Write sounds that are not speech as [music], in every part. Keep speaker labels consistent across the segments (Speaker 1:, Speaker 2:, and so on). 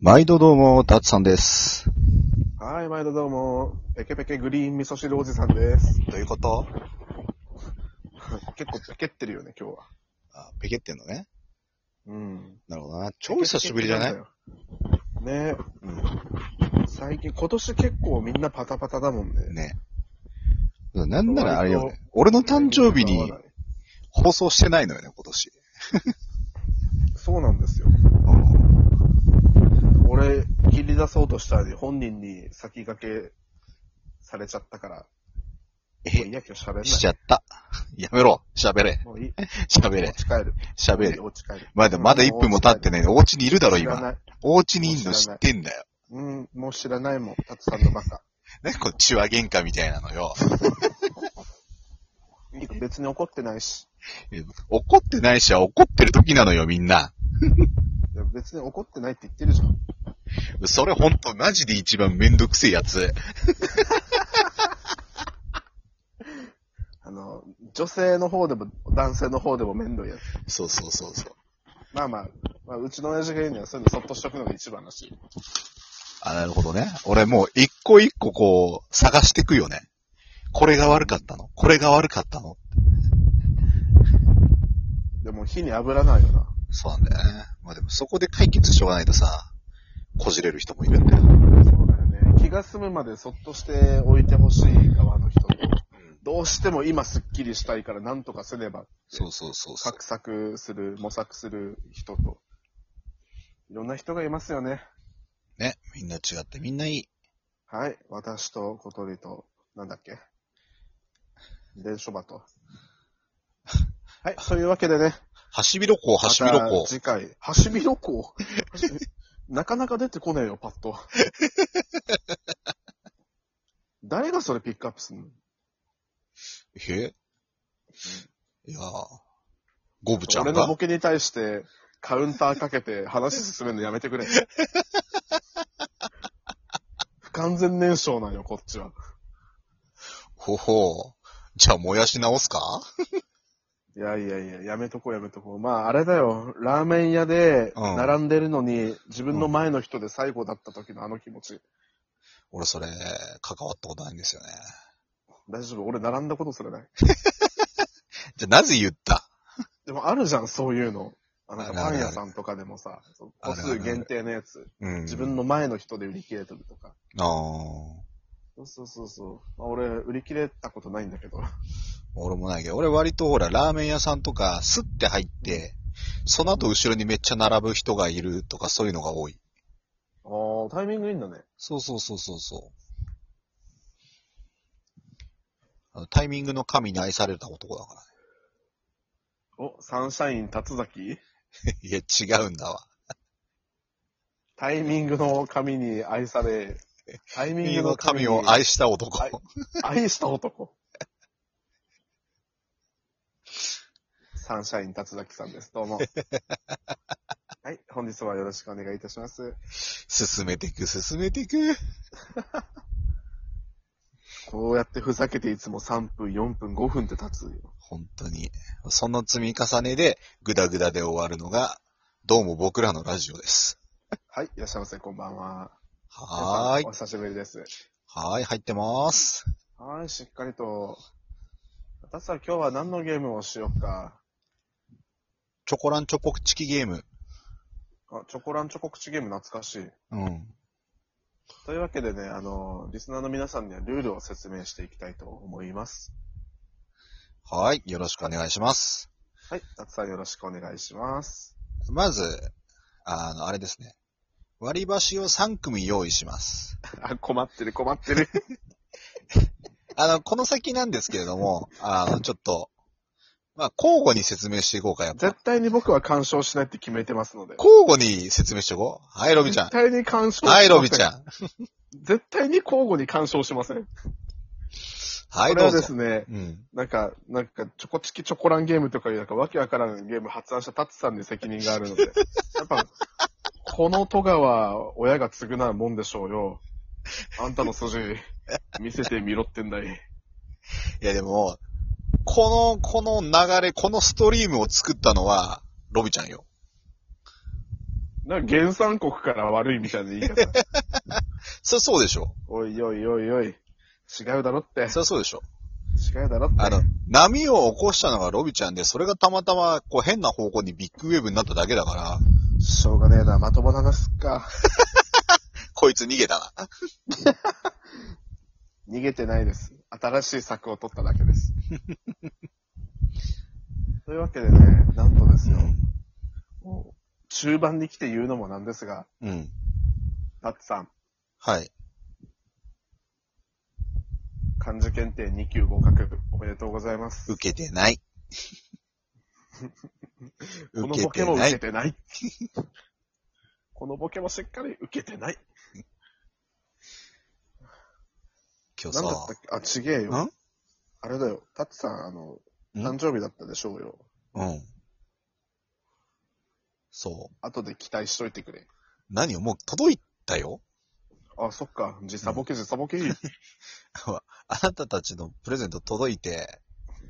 Speaker 1: 毎度どうも、たつさんです。
Speaker 2: はい、毎度どうも、ペケペケグリーン味噌汁おじさんです。 [laughs]
Speaker 1: どういうこと
Speaker 2: 結構ペケってるよね、今日は。
Speaker 1: あ、ペケってんのね。
Speaker 2: うん。
Speaker 1: なるほどな。超久しぶりじゃない
Speaker 2: ねえ、最近、今年結構みんなパタパタだもんね。
Speaker 1: ね。なんならあれよね。俺の誕生日に放送してないのよね、今年。
Speaker 2: そうなんですよ。俺、切り出そうとしたのに本人に先駆けされちゃったから、もういい
Speaker 1: え、
Speaker 2: や、今日喋んない。
Speaker 1: しちゃった。やめろ。喋れ。
Speaker 2: もういい。
Speaker 1: 喋
Speaker 2: お
Speaker 1: れ
Speaker 2: 家。帰る。
Speaker 1: 喋れ。
Speaker 2: お家帰る。
Speaker 1: まだ、まだ1分も経ってない。お家にいるだろ、
Speaker 2: 知らな
Speaker 1: 今。
Speaker 2: い。
Speaker 1: お家にいるの知ってんだよ。
Speaker 2: うん、もう知らないもん、たつさんのバカ。
Speaker 1: ね、こっちは喧嘩みたいなのよ。
Speaker 2: 別に怒ってないし。
Speaker 1: 怒ってないしは怒ってる時なのよ、みんな。
Speaker 2: いや別に怒ってないって言ってるじゃん。
Speaker 1: それほんとマジで一番めんどくせえやつ。
Speaker 2: あの、女性の方でも男性の方でも面倒いやつ。
Speaker 1: そうそうそうそう。
Speaker 2: まあまあ、まあ、うちの親父が言うにはそういうのそっとしとくのが一番らしい。
Speaker 1: あ、なるほどね。俺もう一個一個こう、探していくよね。これが悪かったのこれが悪かったの
Speaker 2: でも火に油ないよな。
Speaker 1: そうなんだよね。まあでもそこで解決しようがないとさ、こじれる人もいるんだよ。
Speaker 2: そうだよね。気が済むまでそっとしておいてほしい側の人と、どうしても今すっきりしたいから何とかすれば、
Speaker 1: そうそうそうそ
Speaker 2: 画
Speaker 1: う。
Speaker 2: 策する、模索する人と、いろんな人がいますよね。
Speaker 1: ね。みんな違ってみんないい。
Speaker 2: はい。私と小鳥と、なんだっけ伝書場と。はい。そういうわけでね。
Speaker 1: ハシビロコウ、ハシビロ
Speaker 2: ま
Speaker 1: コ
Speaker 2: た次回。ハシビロコウ [laughs] なかなか出てこねえよ、パッと。 [laughs] 誰がそれピックアップすんの
Speaker 1: ウ。へいやー。ゴブちゃ
Speaker 2: 俺
Speaker 1: ん
Speaker 2: の
Speaker 1: が
Speaker 2: ボ。ケに対してカウンターかけて話進めるのやめてくれ。 [laughs] 不完全燃焼なんよ、こっちは。
Speaker 1: ほほう。じゃあ燃やし直すか
Speaker 2: いやいやいや、やめとこうやめとこう。まあ、あれだよ。ラーメン屋で、
Speaker 1: うん
Speaker 2: 並んでるのに、自分の前の人で最後だった時のあの気持ち。
Speaker 1: 俺それ、関わったことないんですよね。
Speaker 2: 大丈夫俺並んだことすらない。
Speaker 1: じゃあなぜ言った
Speaker 2: でもあるじゃん、そういうの。あなんか
Speaker 1: あるある
Speaker 2: パン屋さんとかでもさ、そう個
Speaker 1: あるあ
Speaker 2: 数
Speaker 1: るある
Speaker 2: 限定のやつ、
Speaker 1: うん。
Speaker 2: 自分。の前の人で売り切れてるとか。
Speaker 1: あー。
Speaker 2: そうそうそうそう。まあ、俺、売り切れたことないんだけど。
Speaker 1: 俺もないけど、俺割とほら、ラーメン屋さんとか、スッて入って、その後後ろにめっちゃ並ぶ人がいるとか、そういうのが多い。
Speaker 2: ああ、タイミングいいんだね。
Speaker 1: そうそうそうそうそうあの。タイミングの神に愛された男だか
Speaker 2: お、サンシャイン辰崎
Speaker 1: らね。 [laughs] いや、違うんだわ。
Speaker 2: タイミングの神に愛され、
Speaker 1: タ
Speaker 2: タイ
Speaker 1: イ
Speaker 2: ミ
Speaker 1: ミ
Speaker 2: ン
Speaker 1: ング
Speaker 2: グの
Speaker 1: の
Speaker 2: 神
Speaker 1: 神
Speaker 2: を
Speaker 1: を
Speaker 2: 愛
Speaker 1: 愛した男。
Speaker 2: はい愛した男。サンシャイン辰崎さんです。
Speaker 1: [laughs]
Speaker 2: どうも。はい、本日はよろしくお願いいたします。
Speaker 1: 進めていく、進めていく。
Speaker 2: こうやってふざけていつも3分、4分、5分って経つよ。
Speaker 1: 本当に。その積み重ねで、グダグダで終わるのが、どうも僕らのラジオです。
Speaker 2: はい、いらっしゃいませ、こんばんは。
Speaker 1: はーい
Speaker 2: 皆。さんお久しぶりです。
Speaker 1: はーい、入ってます。
Speaker 2: はーい、しっかりと。私は今日は何のゲームをしようか。
Speaker 1: チョコランチョコチキゲーム。
Speaker 2: あ、チョコランチョコ口ゲーム懐かしい。
Speaker 1: うん。
Speaker 2: というわけでね、あの、リスナーの皆さんにはルールを説明していきたいと思います。
Speaker 1: はい。よろしくお願いします。
Speaker 2: はい、達さんよろしくお願いします。
Speaker 1: まず、あの、あれですね。割り箸を3組用意します。
Speaker 2: あ、 [laughs] 困ってる、困ってる。
Speaker 1: あの、この先なんですけれども、あの、ちょっと、まあ、交互に説明していこうか、やっぱ
Speaker 2: 絶。対に僕は干渉しないって決めてますので。
Speaker 1: 交互に説明していこう。はい、ロビちゃ
Speaker 2: 絶
Speaker 1: ん。
Speaker 2: 対に干渉
Speaker 1: はい、ロビ
Speaker 2: ん
Speaker 1: ちゃん。
Speaker 2: 絶対に交互に干渉しません。
Speaker 1: は
Speaker 2: こ
Speaker 1: い、
Speaker 2: れ
Speaker 1: ど
Speaker 2: は
Speaker 1: うぞ
Speaker 2: で。すね、
Speaker 1: うん。
Speaker 2: なんか、なんか、チョコチキチョコランゲームとかいう、なんか、わけわからんゲーム発案したタツさんに責任がある
Speaker 1: [laughs]
Speaker 2: ので、やっぱ、このトガは親が償うもんでしょうよ。あんたの筋、見せてみろってんだい。
Speaker 1: いや、でも、この、この流れ、このストリームを作ったのは、ロビちゃんよ。
Speaker 2: なんか原産国から悪いみたいな言い方。
Speaker 1: そりゃそうでしょ。
Speaker 2: おいおいおいおい。違うだろって。
Speaker 1: そりゃそうでしょ。
Speaker 2: 違うだろって。
Speaker 1: あの、波を起こしたのがロビちゃんで、それがたまたま、こう変な方向にビッグウェーブになっただけだから、
Speaker 2: しょうがねえな。まとも流すか。
Speaker 1: こいつ逃げたな。
Speaker 2: 逃げてないです。新しい策を取っただけ
Speaker 1: [laughs]
Speaker 2: です。というわけでね、なんとですよ。もう中盤に来て言うのもなんですが、
Speaker 1: うん。
Speaker 2: タッツさん、
Speaker 1: はい。
Speaker 2: 漢字検定2級合格おめでとうございます。
Speaker 1: 受けて
Speaker 2: [laughs]
Speaker 1: ない。
Speaker 2: この
Speaker 1: 受け
Speaker 2: ボケ
Speaker 1: て
Speaker 2: も
Speaker 1: な
Speaker 2: 受
Speaker 1: い
Speaker 2: け。てない。 [laughs] このボケもしっかり受けてない。
Speaker 1: 今日
Speaker 2: なんだっ
Speaker 1: さ
Speaker 2: たっ、けあ、ちげえよ
Speaker 1: ん。
Speaker 2: あれだよ。タッツさん、あの、
Speaker 1: ん
Speaker 2: 誕生日だったでしょうよ。
Speaker 1: うん。そう。
Speaker 2: 後で期待しといてくれ。
Speaker 1: 何よ、もう届いたよ。
Speaker 2: あ、そっか。時差ボケ、時差ボケ。
Speaker 1: あなたたちのプレゼント届いて、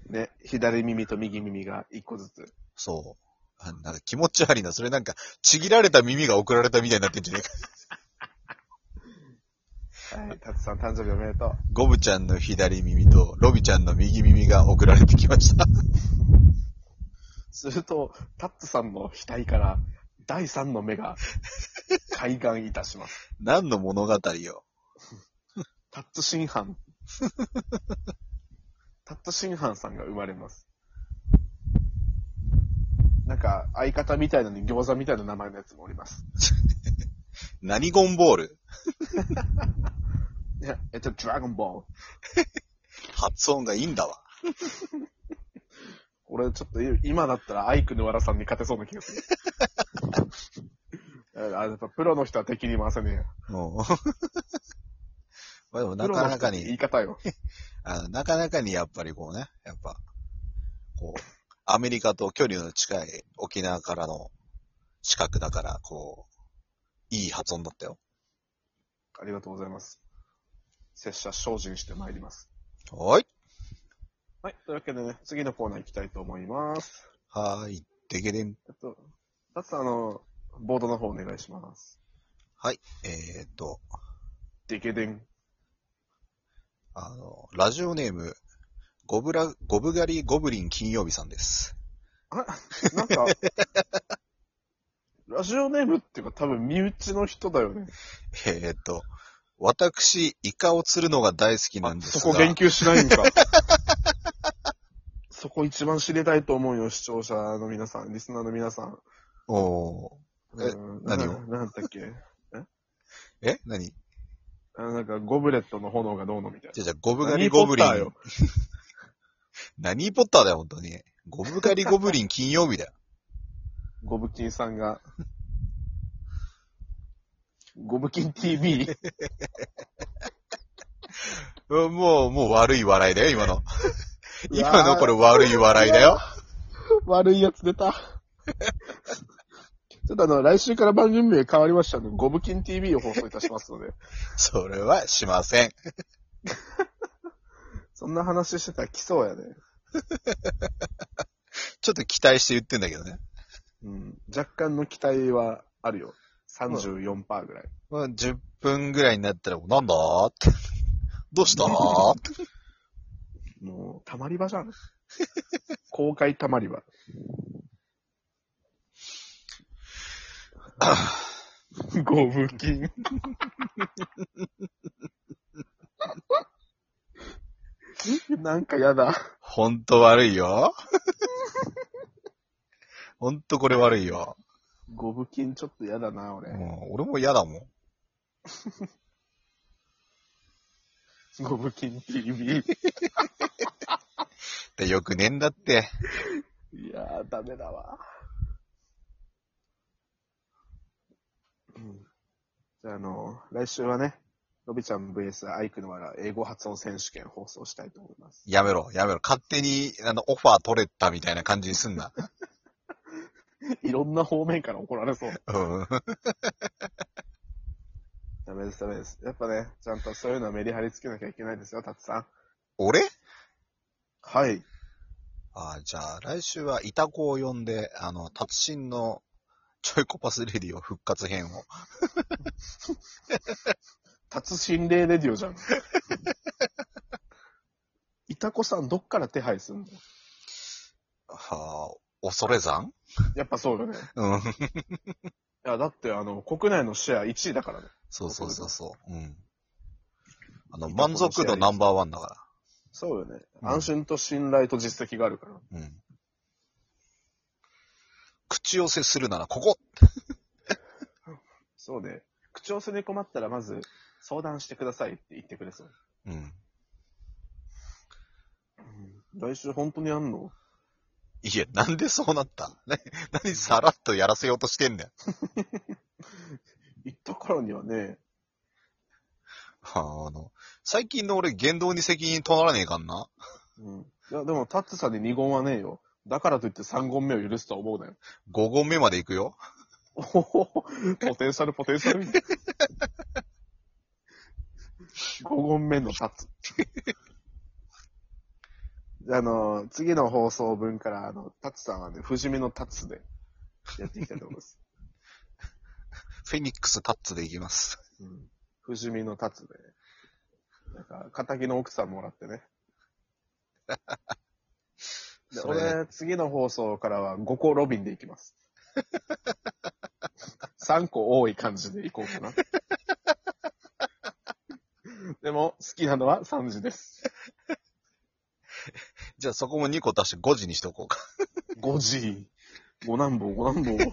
Speaker 2: ね、左耳と右耳が一個ずつ。
Speaker 1: そう。あなんか気持ち悪いな。それなんか、ちぎられた耳が送られたみたいになってんじゃねえか。
Speaker 2: はい、たつさん誕生日おめでとう。
Speaker 1: ゴブちゃんの左耳と、ロビちゃんの右耳が送られてきました。 [laughs]
Speaker 2: すると、タッツさんの額から第三の目が [laughs] 開眼いたします。
Speaker 1: 何の物語よ。
Speaker 2: タッツシンハン。 [laughs] タッツシンハンさんが生まれます。なんか、相方みたいなのに餃子みたいな名前のやつもおります。
Speaker 1: 何ゴンボール
Speaker 2: いや、えっと、ドラゴンボール。
Speaker 1: 発音がいいんだわ。
Speaker 2: 俺、ちょっと今だったらアイクヌワラさんに勝てそうな気がする。
Speaker 1: [laughs]
Speaker 2: あやっぱプロの人は敵に回せねえよ。
Speaker 1: うん。まあ [laughs] でもな
Speaker 2: プロ
Speaker 1: か
Speaker 2: の
Speaker 1: な
Speaker 2: 人
Speaker 1: か
Speaker 2: って言
Speaker 1: に
Speaker 2: い、方よ。
Speaker 1: あのなかなかにやっぱりこうね、やっぱ、こう、アメリカと距離の近い沖縄からの近くだから、こう、いい発音だったよ。
Speaker 2: ありがとうございます。拙者精進してまいります。
Speaker 1: はい。
Speaker 2: はい。というわけでね、次のコーナー行きたいと思います。
Speaker 1: はーい。でけでん。
Speaker 2: えっと、たつさん、あの、ボードの方お願いします。
Speaker 1: えー、っと、
Speaker 2: デケデン。
Speaker 1: あの、ラジオネーム、ゴブラ、ゴブ狩りゴブリン金曜日さんです。
Speaker 2: あ、なん [laughs] か、ラジオネームっていうか多分身内の人だよね。
Speaker 1: えー、っと、私、イカを釣るのが大好きなんです
Speaker 2: そ
Speaker 1: が。
Speaker 2: こ言及しないんか。 [laughs] そこ一番知りたいと思うよ、視聴者の皆さん、リスナーの皆さん。
Speaker 1: おーえ
Speaker 2: うん
Speaker 1: 何を
Speaker 2: ななんだったっけ
Speaker 1: え何
Speaker 2: あなんか、ゴブレットの炎がどうのみたいな。
Speaker 1: じゃあじゃあ、ゴブ狩りゴブリン。
Speaker 2: ハリーポッ
Speaker 1: 何ポッターだよ、本当に。ゴブ狩りゴブリン金曜日だよ。
Speaker 2: ゴブキンさんが。ゴブキン TV。
Speaker 1: [laughs] うんもう、もう悪い笑いだよ、今の。 [laughs] 今のこれ悪い笑いだよ。
Speaker 2: 悪いやつ出た。ちょっとあの、来週から番組名変わりましたので、ゴブキン TV を放送いたしますので。
Speaker 1: それはしません。
Speaker 2: そんな話してたら来そうやね。
Speaker 1: ちょっと期待して言ってんだけどね。
Speaker 2: うん。若干の期待はあるよ。34%ぐらい。
Speaker 1: まあ、10分ぐらいになったら、なんだーって。どうしたー [laughs] って。
Speaker 2: もう、たまり場じゃん。公開たまり場。ゴブキン。 [laughs] なんかやだ。
Speaker 1: ほんと悪いよ。 [laughs] ほんとこれ悪いよ。
Speaker 2: ゴブキンちょっとやだな、
Speaker 1: う
Speaker 2: 俺。
Speaker 1: ん、俺も嫌だもん。
Speaker 2: ゴブキン TV。
Speaker 1: でよくねえんだって。
Speaker 2: いやー、ダメだわ。うんじゃあ、あの、来週はね、のびちゃん VS アイクのわら英語発音選手権放送したいと思います。
Speaker 1: やめろ、やめろ。勝手に、あの、オファー取れたみたいな感じにすんな。
Speaker 2: いろんな方面から怒られそう。
Speaker 1: うん。
Speaker 2: ダメです、ダメです。やっぱね、ちゃんとそういうのはメリハリつけなきゃいけないですよ、たつさん。
Speaker 1: 俺
Speaker 2: はい。
Speaker 1: ああ、じゃあ、来週はイタコを呼んで、あの、達人のちょいコパスレディオ復活編を。
Speaker 2: 達心霊レディオじゃ
Speaker 1: [laughs]
Speaker 2: ん。いたこさんどっから手配すんの
Speaker 1: はあ、恐れ山
Speaker 2: やっぱそうよね。
Speaker 1: うん。
Speaker 2: いや、だってあの、国内のシェア1位だからね。
Speaker 1: そうそうそうそう。うん。あの、
Speaker 2: いいとこ
Speaker 1: 満
Speaker 2: の
Speaker 1: 足度ナンバーワンだか
Speaker 2: そうよね。
Speaker 1: うん
Speaker 2: 安心と信頼と実績があるから。
Speaker 1: ら。うん。口寄せするならここ
Speaker 2: そうね。口調せに困ったらまず、相談してくださいって言ってくれそう。
Speaker 1: うん。
Speaker 2: 来週本当にやんの
Speaker 1: いや、なんでそうなったな、 [laughs] 何さらっとやらせようとしてんねん。
Speaker 2: 行ったからにはね、
Speaker 1: あの、最近の俺言動に責任取らねえかんな。
Speaker 2: うん。いや、でもタッツさんに2言はねえよ。だからといって3言目を許すとは思うなよ。
Speaker 1: 5合目まで行くよ。
Speaker 2: おほほほ [laughs] ポテンシャル、ポテンシャル。5言目のタツ。あの、次の放送分から、あの、タツさんはね、不死身のタツでやっていきたいと思います。
Speaker 1: フェニックスタッツで行きます。
Speaker 2: うん。不死身のタツで。なんか、仇の奥さんもらっ
Speaker 1: [laughs]
Speaker 2: てね。で
Speaker 1: それ
Speaker 2: 俺、次の放送からは5個ロビンでいきます。3個多い感じでいこう
Speaker 1: [laughs]
Speaker 2: かな。でも、好きなのは3時です。
Speaker 1: じゃあそこも2個足して5時にしておこうか。
Speaker 2: 5時。5何本、5何本。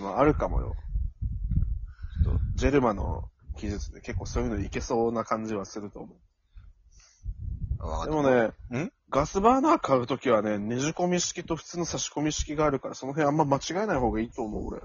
Speaker 2: まあ、あるかもよ。ちょっとジェルマの技術で結構そういうのいけそうな感じはすると思う。でもね、
Speaker 1: ん
Speaker 2: ガスバーナー買うときはね、ねじ込み式と普通の差し込み式があるから、その辺あんま間違えない方がいいと思う、俺。